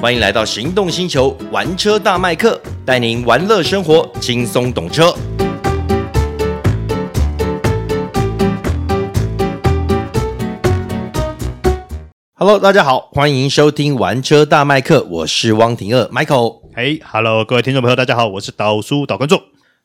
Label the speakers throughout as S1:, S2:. S1: 欢迎来到行动星球玩车大麦克，带您玩乐生活，轻松懂车。Hello，大家好，欢迎收听玩车大麦克，我是汪廷二 Michael。
S2: 嘿、h e l l o 各位听众朋友，大家好，我是导叔导观众。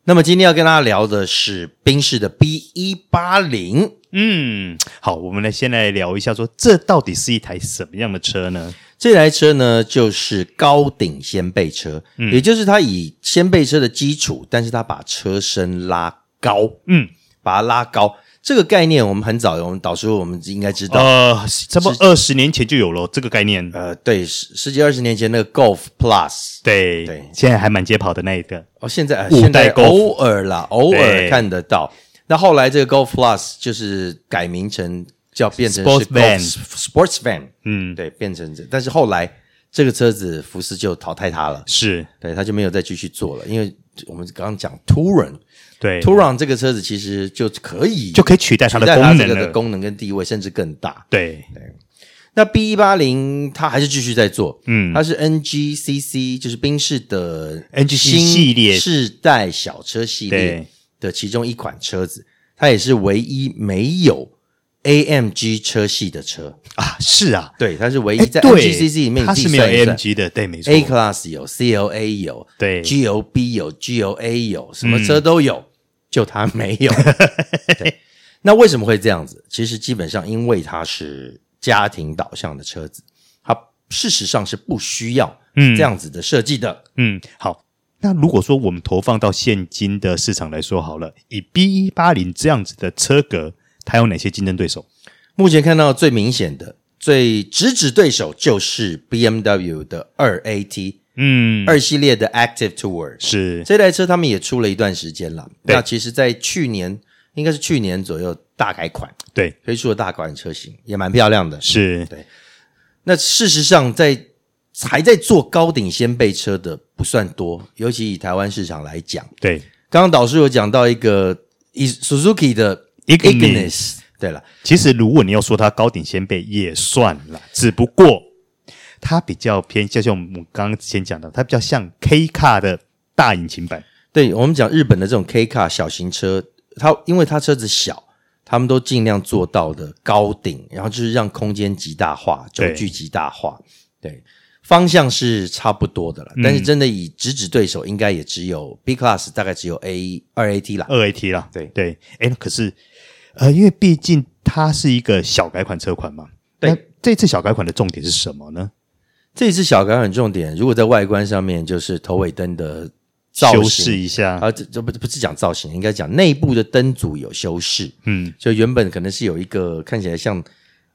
S1: 那么今天要跟大家聊的是宾士的 B 一八零。
S2: 嗯，好，我们来先来聊一下说，这到底是一台什么样的车呢？
S1: 这台车呢，就是高顶掀背车，
S2: 嗯
S1: 也就是它以掀背车的基础，但是它把车身拉高，
S2: 嗯，
S1: 把它拉高。这个概念我们很早，我们导师我们应该知道，
S2: 呃，差不多二十年前就有了这个概念，
S1: 呃，对，十十几二十年前那个 Golf Plus，
S2: 对
S1: 对
S2: 现在还蛮街跑的那一个，
S1: 哦，现在、呃、
S2: 五代
S1: 现在
S2: Golf
S1: 偶尔啦，偶尔
S2: 对
S1: 看得到。那后来这个 Golf Plus 就是改名成叫变成是
S2: Sports van
S1: Golf Sports Van，
S2: 嗯，
S1: 对，变成这，但是后来这个车子福斯就淘汰它了。
S2: 是
S1: 对，他就没有再继续做了，因为我们刚刚讲 Touran，Touran
S2: 对，
S1: 这个车子其实就可以
S2: 就可以取代它
S1: 取
S2: 的
S1: 代它
S2: 功
S1: 这
S2: 能
S1: 个
S2: 了。
S1: 的功能跟地位，甚至更大。
S2: 对，
S1: 那 B 一八零它还是继续在做，
S2: 嗯
S1: 它是 NGCC，就是宾士的
S2: NGC
S1: 新
S2: 系列
S1: 世代小车系列
S2: 对
S1: 的其中一款车子，它也是唯一没有 AMG 车系的车，
S2: 啊，是啊，
S1: 对，它是唯一
S2: 哎，
S1: 在
S2: 对
S1: NGCC 里面
S2: 它
S1: 你
S2: 是
S1: 自己
S2: 没有
S1: 算一算
S2: AMG 的，对，没错
S1: A Class 有，CLA 有，
S2: 对
S1: ，GOB 有，GOA 有，什么
S2: 嗯
S1: 车都有，就它没有。对那为什么会这样子？其实基本上因为它是家庭导向的车子，它事实上是不需要
S2: 嗯
S1: 这样子的设计的。
S2: 嗯，好。那如果说我们投放到现今的市场来说好了，以 B 一八零这样子的车格，它有哪些竞争对手？
S1: 目前看到最明显的、最直指对手就是 BMW 的二 AT
S2: 嗯，
S1: 二、系列的 Active Tour，
S2: 是
S1: 这台车他们也出了一段时间了。
S2: 对
S1: 那其实，在去年应该是去年左右大改款。
S2: 对，
S1: 推出的大款车型，也蛮漂亮的。
S2: 是
S1: 那事实上在，还在做高顶掀背车的不算多，尤其以台湾市场来讲，
S2: 对，
S1: 刚刚导师有讲到一个以 Suzuki 的
S2: Ignis
S1: 对了，
S2: 其实如果你要说它高顶先辈也算了，只不过它比较偏，就像我们刚刚之前讲的，它比较像 K 卡的大引擎版。
S1: 对我们讲日本的这种 K 卡小型车，它因为它车子小，他们都尽量做到的高顶，然后就是让空间极大化，轴
S2: 对
S1: 距极大化，对。方向是差不多的了，
S2: 嗯
S1: 但是真的以直指对手，应该也只有 B Class，大概只有 A 二 AT 啦，
S2: 二 AT 啦，
S1: 对
S2: 对，哎，可是呃，因为毕竟它是一个小改款车款嘛，
S1: 对
S2: 那这次小改款的重点是什么呢？
S1: 这次小改款重点，如果在外观上面，就是头尾灯的造
S2: 修饰
S1: 型
S2: 一下，
S1: 啊，这这不不是讲造型，应该讲内部的灯组有修饰。
S2: 嗯，
S1: 就原本可能是有一个看起来像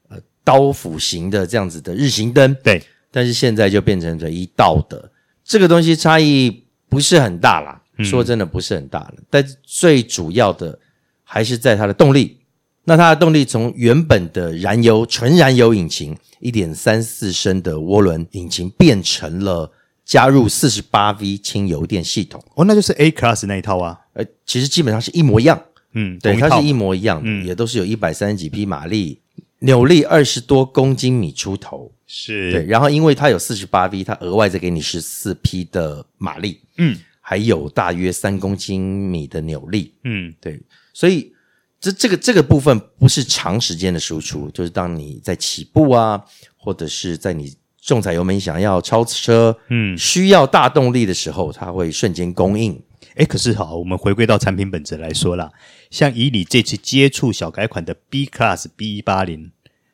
S1: 呃刀斧型的这样子的日行灯，
S2: 对，
S1: 但是现在就变成了一道的。这个东西差异不是很大啦，
S2: 嗯
S1: 说真的不是很大了。但是最主要的还是在它的动力。那它的动力从原本的燃油纯燃油引擎一点三四升的涡轮引擎变成了加入四十八 V 轻油电系统，
S2: 哦，那就是 A Class 那一套啊，
S1: 呃，其实基本上是一模一样。
S2: 嗯，
S1: 对，
S2: 同
S1: 它
S2: 套嗯
S1: 是一模一样的，也都是有一百三十几匹马力，扭力二十多公斤米出头。对，
S2: 是，
S1: 然后因为它有四十八 V，它额外再给你十四匹的马力，
S2: 嗯
S1: 还有大约三公斤米的扭力。
S2: 嗯，
S1: 对，所以这这个这个部分不是长时间的输出，就是当你在起步啊，或者是在你重踩油门想要超车，
S2: 嗯
S1: 需要大动力的时候，它会瞬间供应。
S2: 哎，可是好，我们回归到产品本质来说啦，像以你这次接触小改款的 B Class B 一八零，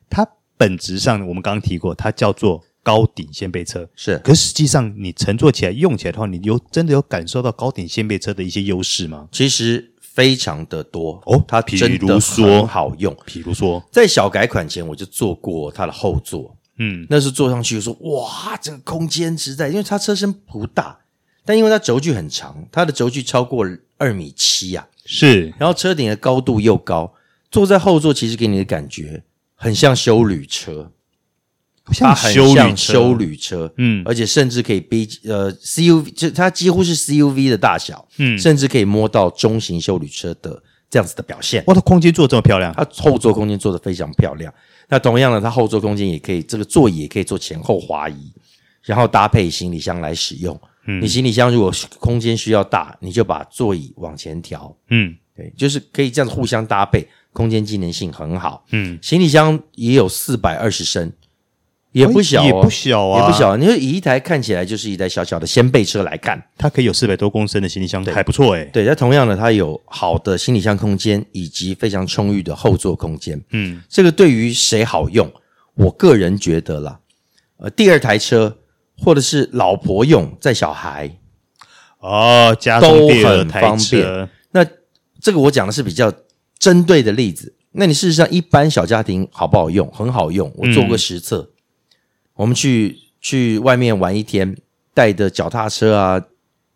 S2: 它本质上我们刚刚提过，它叫做高顶掀背车。
S1: 是
S2: 可实际上，你乘坐起来、用起来的话，你有真的有感受到高顶掀背车的一些优势吗？
S1: 其实非常的多
S2: 哦
S1: 它
S2: 比
S1: 真的
S2: 如说
S1: 很好用。
S2: 比如说，
S1: 在小改款前，我就坐过它的后座，
S2: 嗯，
S1: 那是坐上去就说哇，这个空间实在，因为它车身不大，但因为它轴距很长，它的轴距超过二米七啊，
S2: 是
S1: 然后车顶的高度又高，坐在后座其实给你的感觉很像修旅车，它
S2: 像
S1: 很
S2: 修
S1: 像
S2: 旅
S1: 修
S2: 旅，
S1: 旅车，
S2: 嗯
S1: 而且甚至可以逼呃 CUV，就它几乎是 CUV 的大小，
S2: 嗯，
S1: 甚至可以摸到中型修旅车的这样子的表现。
S2: 哇，它空间做得这么漂亮，
S1: 它后座空间做得非常漂亮。那同样的，它后座空间也可以，这个座椅也可以做前后滑移，然后搭配行李箱来使用。
S2: 嗯
S1: 你行李箱如果空间需要大，你就把座椅往前调，
S2: 嗯
S1: 对，就是可以这样互相搭配，空间机能性很好。
S2: 嗯，
S1: 行李箱也有四百二十升，也不小、哦，
S2: 也不小啊，
S1: 也不，小。你说以一台看起来就是一台小小的掀背车来看，
S2: 它可以有四百多公升的行李箱，还不错哎、
S1: 对，它同样的它有好的行李箱空间以及非常充裕的后座空间。
S2: 嗯
S1: 这个对于谁好用，我个人觉得啦，呃，第二台车或者是老婆用载小孩，
S2: 哦，加
S1: 都
S2: 上第二
S1: 很
S2: 台
S1: 方
S2: 车，
S1: 那这个我讲的是比较针对的例子。那你事实上一般小家庭好不好用？很好用，我做过实测。我们去去外面玩一天，带的脚踏车啊、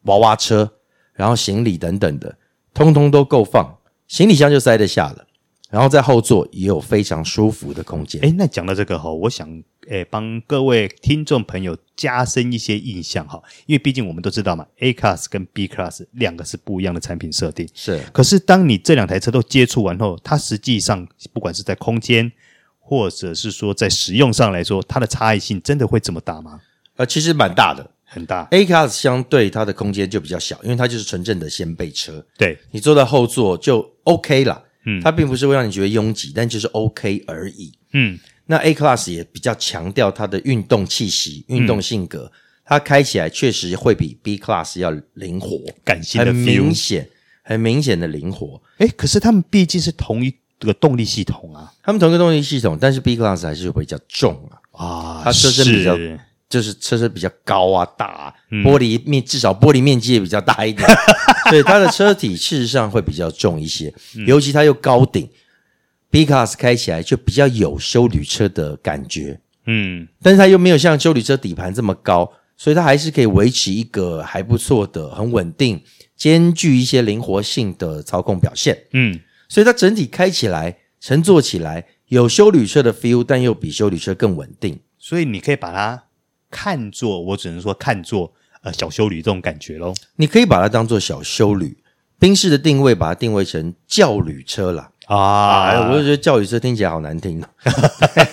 S1: 娃娃车，然后行李等等的，通通都够放，行李箱就塞得下了。然后在后座也有非常舒服的空间。
S2: 哎，那讲到这个哈，我想诶帮各位听众朋友加深一些印象哈，因为毕竟我们都知道嘛，A class 跟 B class 两个是不一样的产品设定。
S1: 是
S2: 可是当你这两台车都接触完后，它实际上不管是在空间，或者是说在使用上来说，它的差异性真的会这么大吗？
S1: 呃，其实蛮大的。
S2: 很大，
S1: A class 相对它的空间就比较小，因为它就是纯正的掀背车。
S2: 对，
S1: 你坐在后座就 OK 啦，
S2: 嗯
S1: 它并不是会让你觉得拥挤，但就是 OK 而已。
S2: 嗯
S1: 那 A Class 也比较强调它的运动气息、运动性格，
S2: 嗯
S1: 它开起来确实会比 B Class 要灵活，
S2: 感性的
S1: 很明
S2: feel。
S1: 显，很明显的灵活。
S2: 哎，可是他们毕竟是同一个动力系统啊，
S1: 他们同一个动力系统，但是 B Class 还是会比较重啊，
S2: 啊，
S1: 它车身比较
S2: 是
S1: 就是车身比较高啊、大啊，玻璃面至少玻璃面积也比较大一点，所以它的车体事实上会比较重一些，尤其它又高顶，B Class 开起来就比较有修旅车的感觉，
S2: 嗯
S1: 但是它又没有像修旅车底盘这么高，所以它还是可以维持一个还不错的、很稳定、兼具一些灵活性的操控表现，
S2: 嗯
S1: 所以它整体开起来、乘坐起来有修旅车的 feel，但又比修旅车更稳定。
S2: 所以你可以把它看作，我只能说看作呃小修理这种感觉喽。
S1: 你可以把它当做小修旅。宾士的定位把它定位成轿旅车啦。啊，
S2: 嗯
S1: 我就觉得轿旅车听起来好难听哦，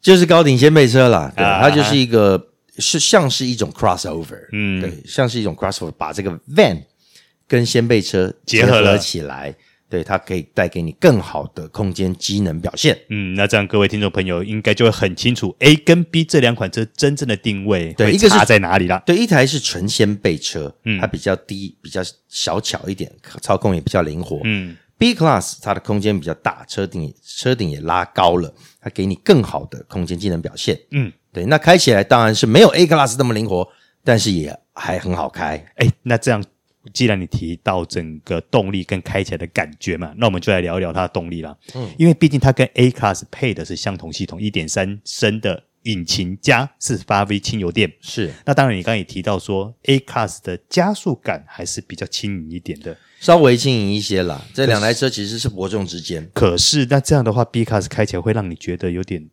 S1: 就是高顶掀背车啦，对，
S2: 啊
S1: 它就是一个是像是一种 crossover，
S2: 嗯
S1: 对，像是一种 crossover，把这个 van 跟掀背车
S2: 结合了
S1: 起来，对，它可以带给你更好的空间机能表现。
S2: 嗯，那这样各位听众朋友应该就会很清楚 A 跟 B 这两款车真正的定位
S1: 对
S2: 会
S1: 一个是
S2: 差在哪里啦。
S1: 对，一台是纯掀背车，
S2: 嗯
S1: 它比较低，比较小巧一点，操控也比较灵活，
S2: 嗯
S1: B Class 它的空间比较大，车顶车顶也拉高了，它给你更好的空间技能表现。
S2: 嗯，
S1: 对，那开起来当然是没有 A Class 那么灵活，但是也还很好开。
S2: 哎，那这样既然你提到整个动力跟开起来的感觉嘛，那我们就来聊一聊它的动力啦。嗯，因为毕竟它跟 A Class 配的是相同系统，一点三升的引擎加四十八 V 轻油电。
S1: 是
S2: 那当然，你刚才也提到说，A Class 的加速感还是比较轻盈一点的。
S1: 稍微轻盈一些啦，这两台车其实是伯仲之间。
S2: 可是那这样的话，B Class 开起来会让你觉得有点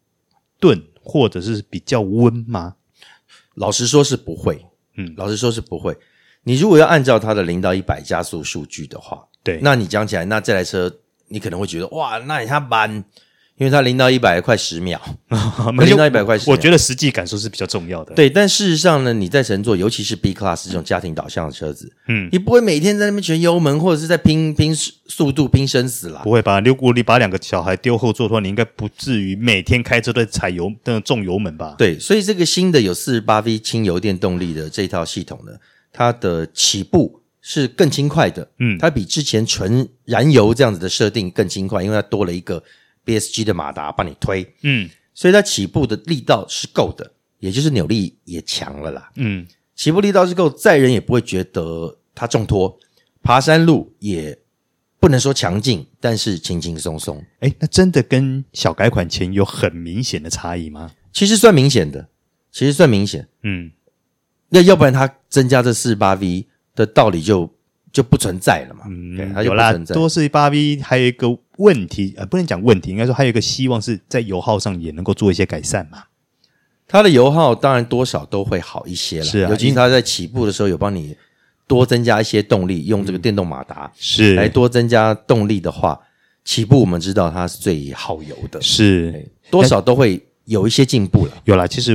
S2: 钝，或者是比较温吗？
S1: 老实说，是不会。
S2: 嗯
S1: 老实说，是不会。你如果要按照它的零到一百加速数据的话，
S2: 对
S1: 那你讲起来，那这台车你可能会觉得哇，那你它慢，因为它零到一百快十秒，
S2: 没
S1: 零
S2: 有
S1: 到一百快十秒。
S2: 我觉得实际感受是比较重要的。，
S1: 对，但事实上呢，你在乘坐，尤其是 B Class 这种家庭导向的车子，
S2: 嗯，
S1: 你不会每天在那边全油门，或者是在拼拼速度、拼生死啦。
S2: 不会吧？如果你把两个小孩丢后座的话，你应该不至于每天开车都踩油、那种重油门吧？
S1: 对，所以这个新的有四十八 V 轻油电动力的这套系统呢，它的起步是更轻快的，
S2: 嗯
S1: 它比之前纯燃油这样子的设定更轻快，因为它多了一个 BSG 的马达帮你推，
S2: 嗯
S1: 所以它起步的力道是够的，也就是扭力也强了啦。
S2: 嗯，
S1: 起步力道是够，载人也不会觉得它重托，爬山路也不能说强劲，但是轻轻松松，
S2: 哎，那真的跟小改款前有很明显的差异吗？
S1: 其实算明显的，其实算明显。
S2: 嗯，
S1: 那要不然它增加这四十八 V 的道理就就不存在了嘛，对，它就
S2: 嗯有
S1: 不
S2: 啦。
S1: 存在。
S2: 多四八 V 还有一个问题，呃，不能讲问题，应该说还有一个希望是在油耗上也能够做一些改善嘛。
S1: 它的油耗当然多少都会好一些了，
S2: 是啊
S1: 尤其是它在起步的时候有帮你多增加一些动力，用
S2: 嗯
S1: 这个电动马达
S2: 是
S1: 来多增加动力的话，起步我们知道它是最耗油的，
S2: 是，
S1: 多少都会有一些进步了。
S2: 有啦，其实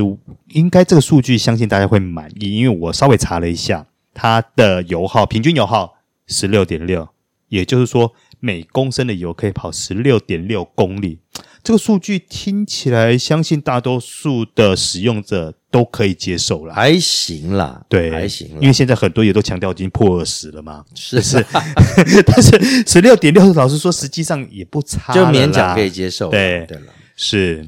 S2: 应该这个数据相信大家会满意，因为我稍微查了一下，它的油耗平均油耗十六点六，也就是说每公升的油可以跑十六点六公里。这个数据听起来，相信大多数的使用者都可以接受啦。
S1: 还行啦，
S2: 对，
S1: 还行
S2: 因
S1: 啦
S2: 为。现在很多也都强调已经破二十了嘛，
S1: 是啊是，
S2: 但是 十六点六，老实说，实际上也不差
S1: 就
S2: 了
S1: 勉
S2: 啦
S1: 强可以接受啦。
S2: 对
S1: 对了，
S2: 是。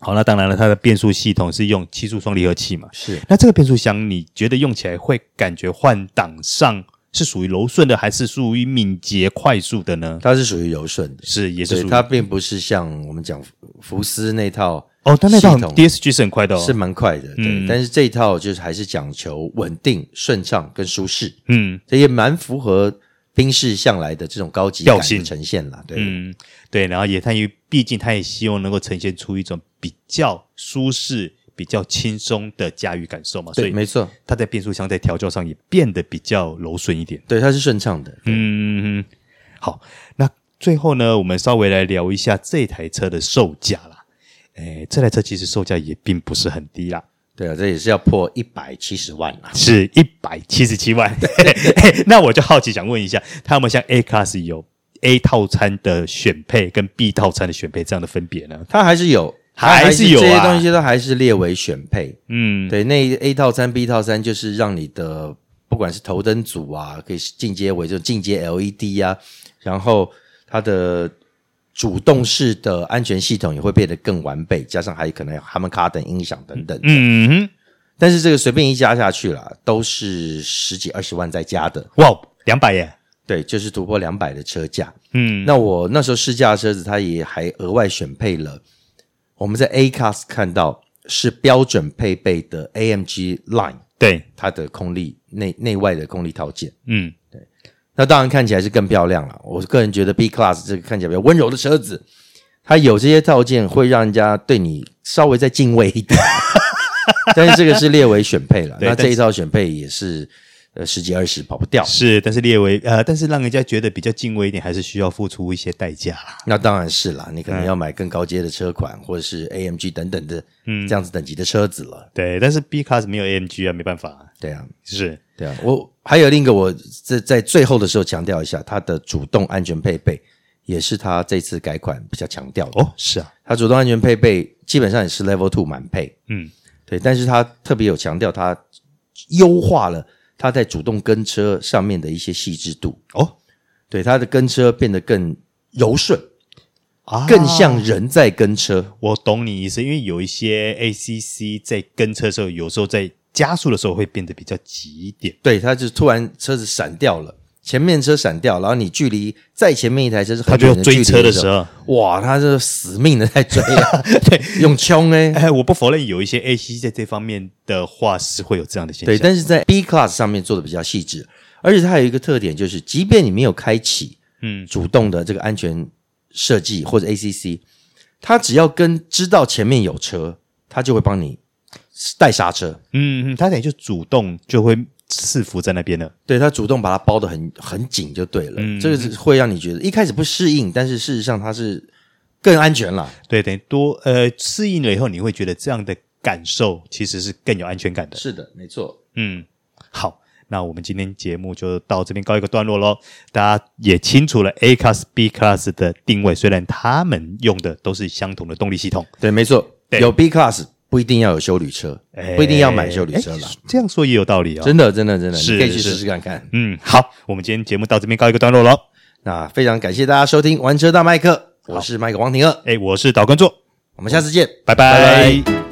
S2: 好，那当然了，它的变速系统是用七速双离合器嘛。
S1: 是
S2: 那这个变速箱，你觉得用起来会感觉换挡上是属于柔顺的，还是属于敏捷快速的呢？
S1: 它是属于柔顺的，
S2: 是，也是
S1: 对
S2: 属于
S1: 它并不是像我们讲福斯那套
S2: 哦，但那套
S1: 系统
S2: DSG 是很快的哦。
S1: 是蛮快的，对。但是这一套就是还是讲求稳定、顺畅跟舒适，
S2: 嗯
S1: 这也蛮符合宾士向来的这种高级
S2: 调
S1: 感的
S2: 性
S1: 呈现啦。对，
S2: 嗯，对。然后也，它也毕竟它也希望能够呈现出一种比较舒适、比较轻松的驾驭感受嘛，所
S1: 对，
S2: 以
S1: 没错，
S2: 它在变速箱在调教上也变得比较柔顺一点。
S1: 对，它是顺畅的。
S2: 嗯，好，那最后呢，我们稍微来聊一下这台车的售价啦。诶，这台车其实售价也并不是很低啦，
S1: 对啊，这也是要破一百七十万啦。
S2: 是一百七十七万。 那我就好奇想问一下，它有没有像 A Class 有 A 套餐的选配跟 B 套餐的选配这样的分别呢？
S1: 它还是有，它
S2: 还是有啊
S1: 这些东西都还是列为选配。
S2: 嗯，
S1: 对，那 A 套餐、B 套餐就是让你的不管是头灯组啊，可以进阶为就进阶 LED 啊，然后它的主动式的安全系统也会变得更完备，加上还可能有哈曼卡等音响等等。
S2: 嗯
S1: 但是这个随便一加下去啦，都是十几二十万在加的。
S2: 哼，哇，两百耶，
S1: 对，就是突破两百的车价。
S2: 嗯，
S1: 那我那时候试驾的车子，它也还额外选配了，我们在 A Class 看到是标准配备的 AMG Line
S2: 对，
S1: 它的空力内内外的空力套件。
S2: 嗯，
S1: 那当然看起来是更漂亮了。我个人觉得 B Class 这个看起来比较温柔的车子，它有这些套件会让人家对你稍微再敬畏一 点。但是这个是列为选配了，
S2: 对
S1: 那
S2: 但
S1: 这一套选配也是呃十几二十跑不掉。
S2: 是，但是列为呃，但是让人家觉得比较敬畏一点，还是需要付出一些代价啦。
S1: 那当然是啦，你
S2: 哎
S1: 可能要买更高阶的车款，或者是 AMG 等等的，嗯，这样子等级的车子了。
S2: 对，但是 B Class 没有 AMG 啊，没办法啊，
S1: 对啊，
S2: 是，
S1: 对啊。我还有另一个，我在在最后的时候强调一下，它的主动安全配备也是它这次改款比较强调的。
S2: 哦，是啊，
S1: 它主动安全配备基本上也是 Level Two 满配，
S2: 嗯，
S1: 对，但是它特别有强调，它优化了它在主动跟车上面的一些细致度，
S2: 哦
S1: 对它的跟车变得更柔顺，
S2: 啊，
S1: 更像人在跟车。
S2: 我懂你意思，因为有一些 ACC 在跟车的时候，有时候在加速的时候会变得比较急一点。
S1: 对，它就突然车子闪掉了，前面车闪掉，然后你距离再前面一台车是
S2: 他
S1: 很
S2: 就
S1: 远
S2: 要
S1: 的
S2: 追
S1: 距
S2: 车
S1: 离
S2: 的
S1: 的
S2: 时
S1: 候，
S2: 候，
S1: 哇，他是死命的在追 啊，对，用冲哎、
S2: 哎，我不否认有一些 ACC 在这方面的话是会有这样的现象。
S1: 对，但是在 B Class 上面做的比较细致，而且它还有一个特点就是，即便你没有开启
S2: 嗯
S1: 主动的这个安全设计或者 ACC，它只要跟知道前面有车，它就会帮你带刹车，
S2: 嗯，嗯他等于就主动就会伺服在那边了。
S1: 对它主动把它包的很很紧就对了，
S2: 嗯
S1: 这个是会让你觉得一开始不适应，但是事实上它是更安全啦。
S2: 对，等于多呃适应了以后，你会觉得这样的感受其实是更有安全感的。
S1: 是的，没错。
S2: 嗯，好，那我们今天节目就到这边告一个段落喽。大家也清楚了 A Class、B Class 的定位，虽然他们用的都是相同的动力系统，
S1: 对，没错，
S2: 对
S1: 有 B Class 不一定要有修旅车，哎不一定要买修旅车
S2: 哎
S1: 啦。
S2: 这样说也有道理哦。
S1: 真的，真的，真的，
S2: 是
S1: 你可以去
S2: 是
S1: 试试看看。
S2: 嗯，好，我们今天节目到这边告一个段落喽。
S1: 那非常感谢大家收听《玩车大麦克》，我是麦克王廷二，
S2: 哎，我是导观众，
S1: 我们下次见，
S2: 拜拜